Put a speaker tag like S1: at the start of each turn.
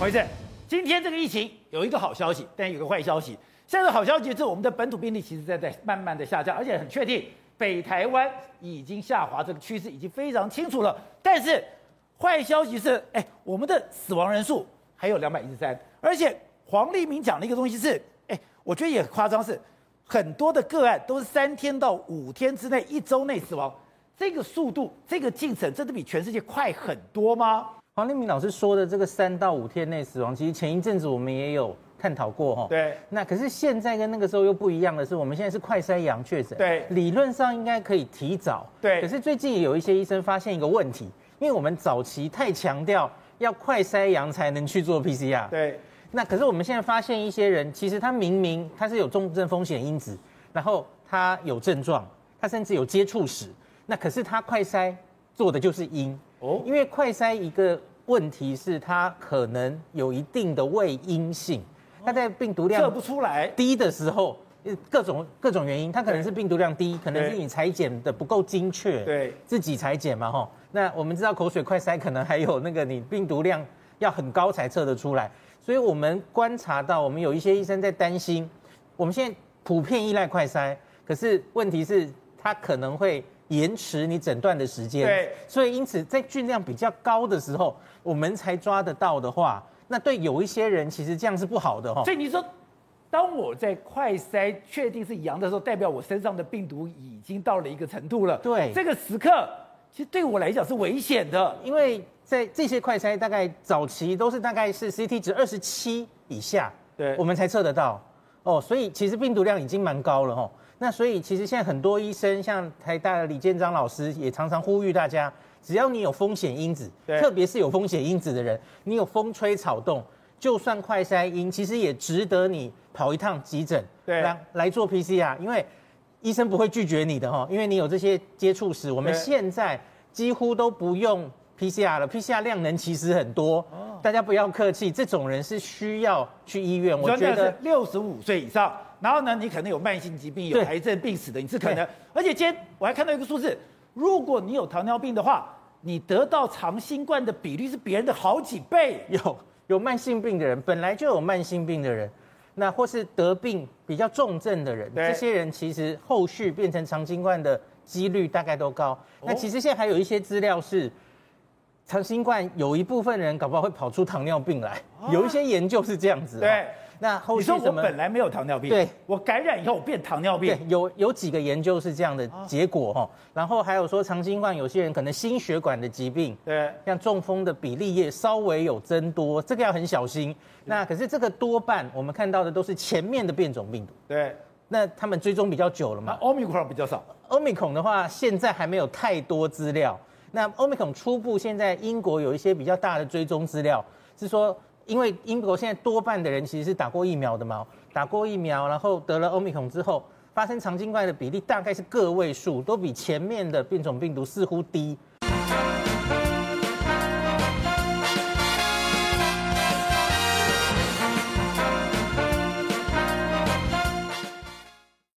S1: 回正，今天这个疫情有一个好消息，但有个坏消息。现在好消息是，我们的本土病例其实在在慢慢的下降，而且很确定北台湾已经下滑，这个趋势已经非常清楚了。但是坏消息是，哎，我们的死亡人数还有两百一十三，而且黄立明讲的一个东西是，哎，我觉得也很夸张是，很多的个案都是三天到五天之内、一周内死亡，这个速度、这个进程，真的比全世界快很多吗？
S2: 黄立明老师说的这个三到五天内死亡，其实前一阵子我们也有探讨过哈。
S1: 对
S2: 那可是现在跟那个时候又不一样的是，我们现在是快筛阳确诊，
S1: 对
S2: 理论上应该可以提早。
S1: 对
S2: 可是最近也有一些医生发现一个问题，因为我们早期太强调要快筛阳才能去做 PCR。。
S1: 对，
S2: 那可是我们现在发现一些人，其实他明明他是有重症风险因子，然后他有症状，他甚至有接触史，那可是他快筛做的就是阴
S1: 哦
S2: 哦，因为快筛一个问题是它可能有一定的未阴性，它在病毒量
S1: 测不出来。
S2: 低的时候，呃各种各种原因，它可能是病毒量低，可能是
S1: 对
S2: 你裁剪的不够精确，
S1: 对
S2: 自己裁剪嘛吼。那我们知道口水快筛可能还有那个你病毒量要很高才测得出来，所以我们观察到，我们有一些医生在担心，我们现在普遍依赖快筛，可是问题是它可能会。延迟你诊断的时间，
S1: 对
S2: 所以因此在菌量比较高的时候，我们才抓得到的话，那对有一些人其实这样是不好的哈。
S1: 所以你说，当我在快筛确定是阳的时候，代表我身上的病毒已经到了一个程度了。
S2: 对
S1: 这个时刻其实对我来讲是危险的。
S2: 因为在这些快筛大概早期都是大概是 CT 值二十七以下，
S1: 对
S2: 我们才测得到哦，所以其实病毒量已经蛮高了哦。那所以其实现在很多医生，像台大的李建章老师也常常呼吁大家，只要你有风险因子，
S1: 对
S2: 特别是有风险因子的人，你有风吹草动，就算快筛阴，其实也值得你跑一趟急诊，
S1: 对
S2: 来来做 PCR，因为医生不会拒绝你的哈，因为你有这些接触史，我们
S1: 对
S2: 现在几乎都不用 PCR 了，PCR 量能其实很多，
S1: 哦
S2: 大家不要客气，这种人是需要去医院，
S1: 你
S2: 我
S1: 说
S2: 觉
S1: 那个
S2: 得
S1: 是六十五岁以上，然后呢，你可能有慢性疾病、有
S2: 对
S1: 癌症病史的，你是可能
S2: 对。
S1: 而且今天我还看到一个数字，如果你有糖尿病的话，你得到长新冠的比率是别人的好几倍。
S2: 有有慢性病的人，本来就有慢性病的人，那或是得病比较重症的人，
S1: 对
S2: 这些人其实后续变成长新冠的几率大概都
S1: 哦
S2: 高。那其实现在还有一些资料是。长新冠有一部分人搞不好会跑出糖尿病来，有一些研究是这样子
S1: 啊
S2: 哦。
S1: 对
S2: 那后
S1: 你
S2: 续
S1: 说我
S2: 怎么
S1: 本来没有糖尿病，
S2: 对
S1: 我感染以后我变糖尿病
S2: 对，，有有几个研究是这样的
S1: 啊
S2: 结果哈、然后还有说长新冠有些人可能心血管的疾病，
S1: 对
S2: 像中风的比例也稍微有增多，这个要很小心。那可是这个多半我们看到的都是前面的变种病毒，
S1: 对，那
S2: 那他们追踪比较久了嘛，
S1: 奥密克戎比较少。
S2: 欧米孔的话，现在还没有太多资料。那欧米孔初步现在英国有一些比较大的追踪资料，是说因为英国现在多半的人其实是打过疫苗的嘛，打过疫苗，然后得了欧米孔之后，发生肠镜外的比例大概是个位数，都比前面的变种病毒似乎低。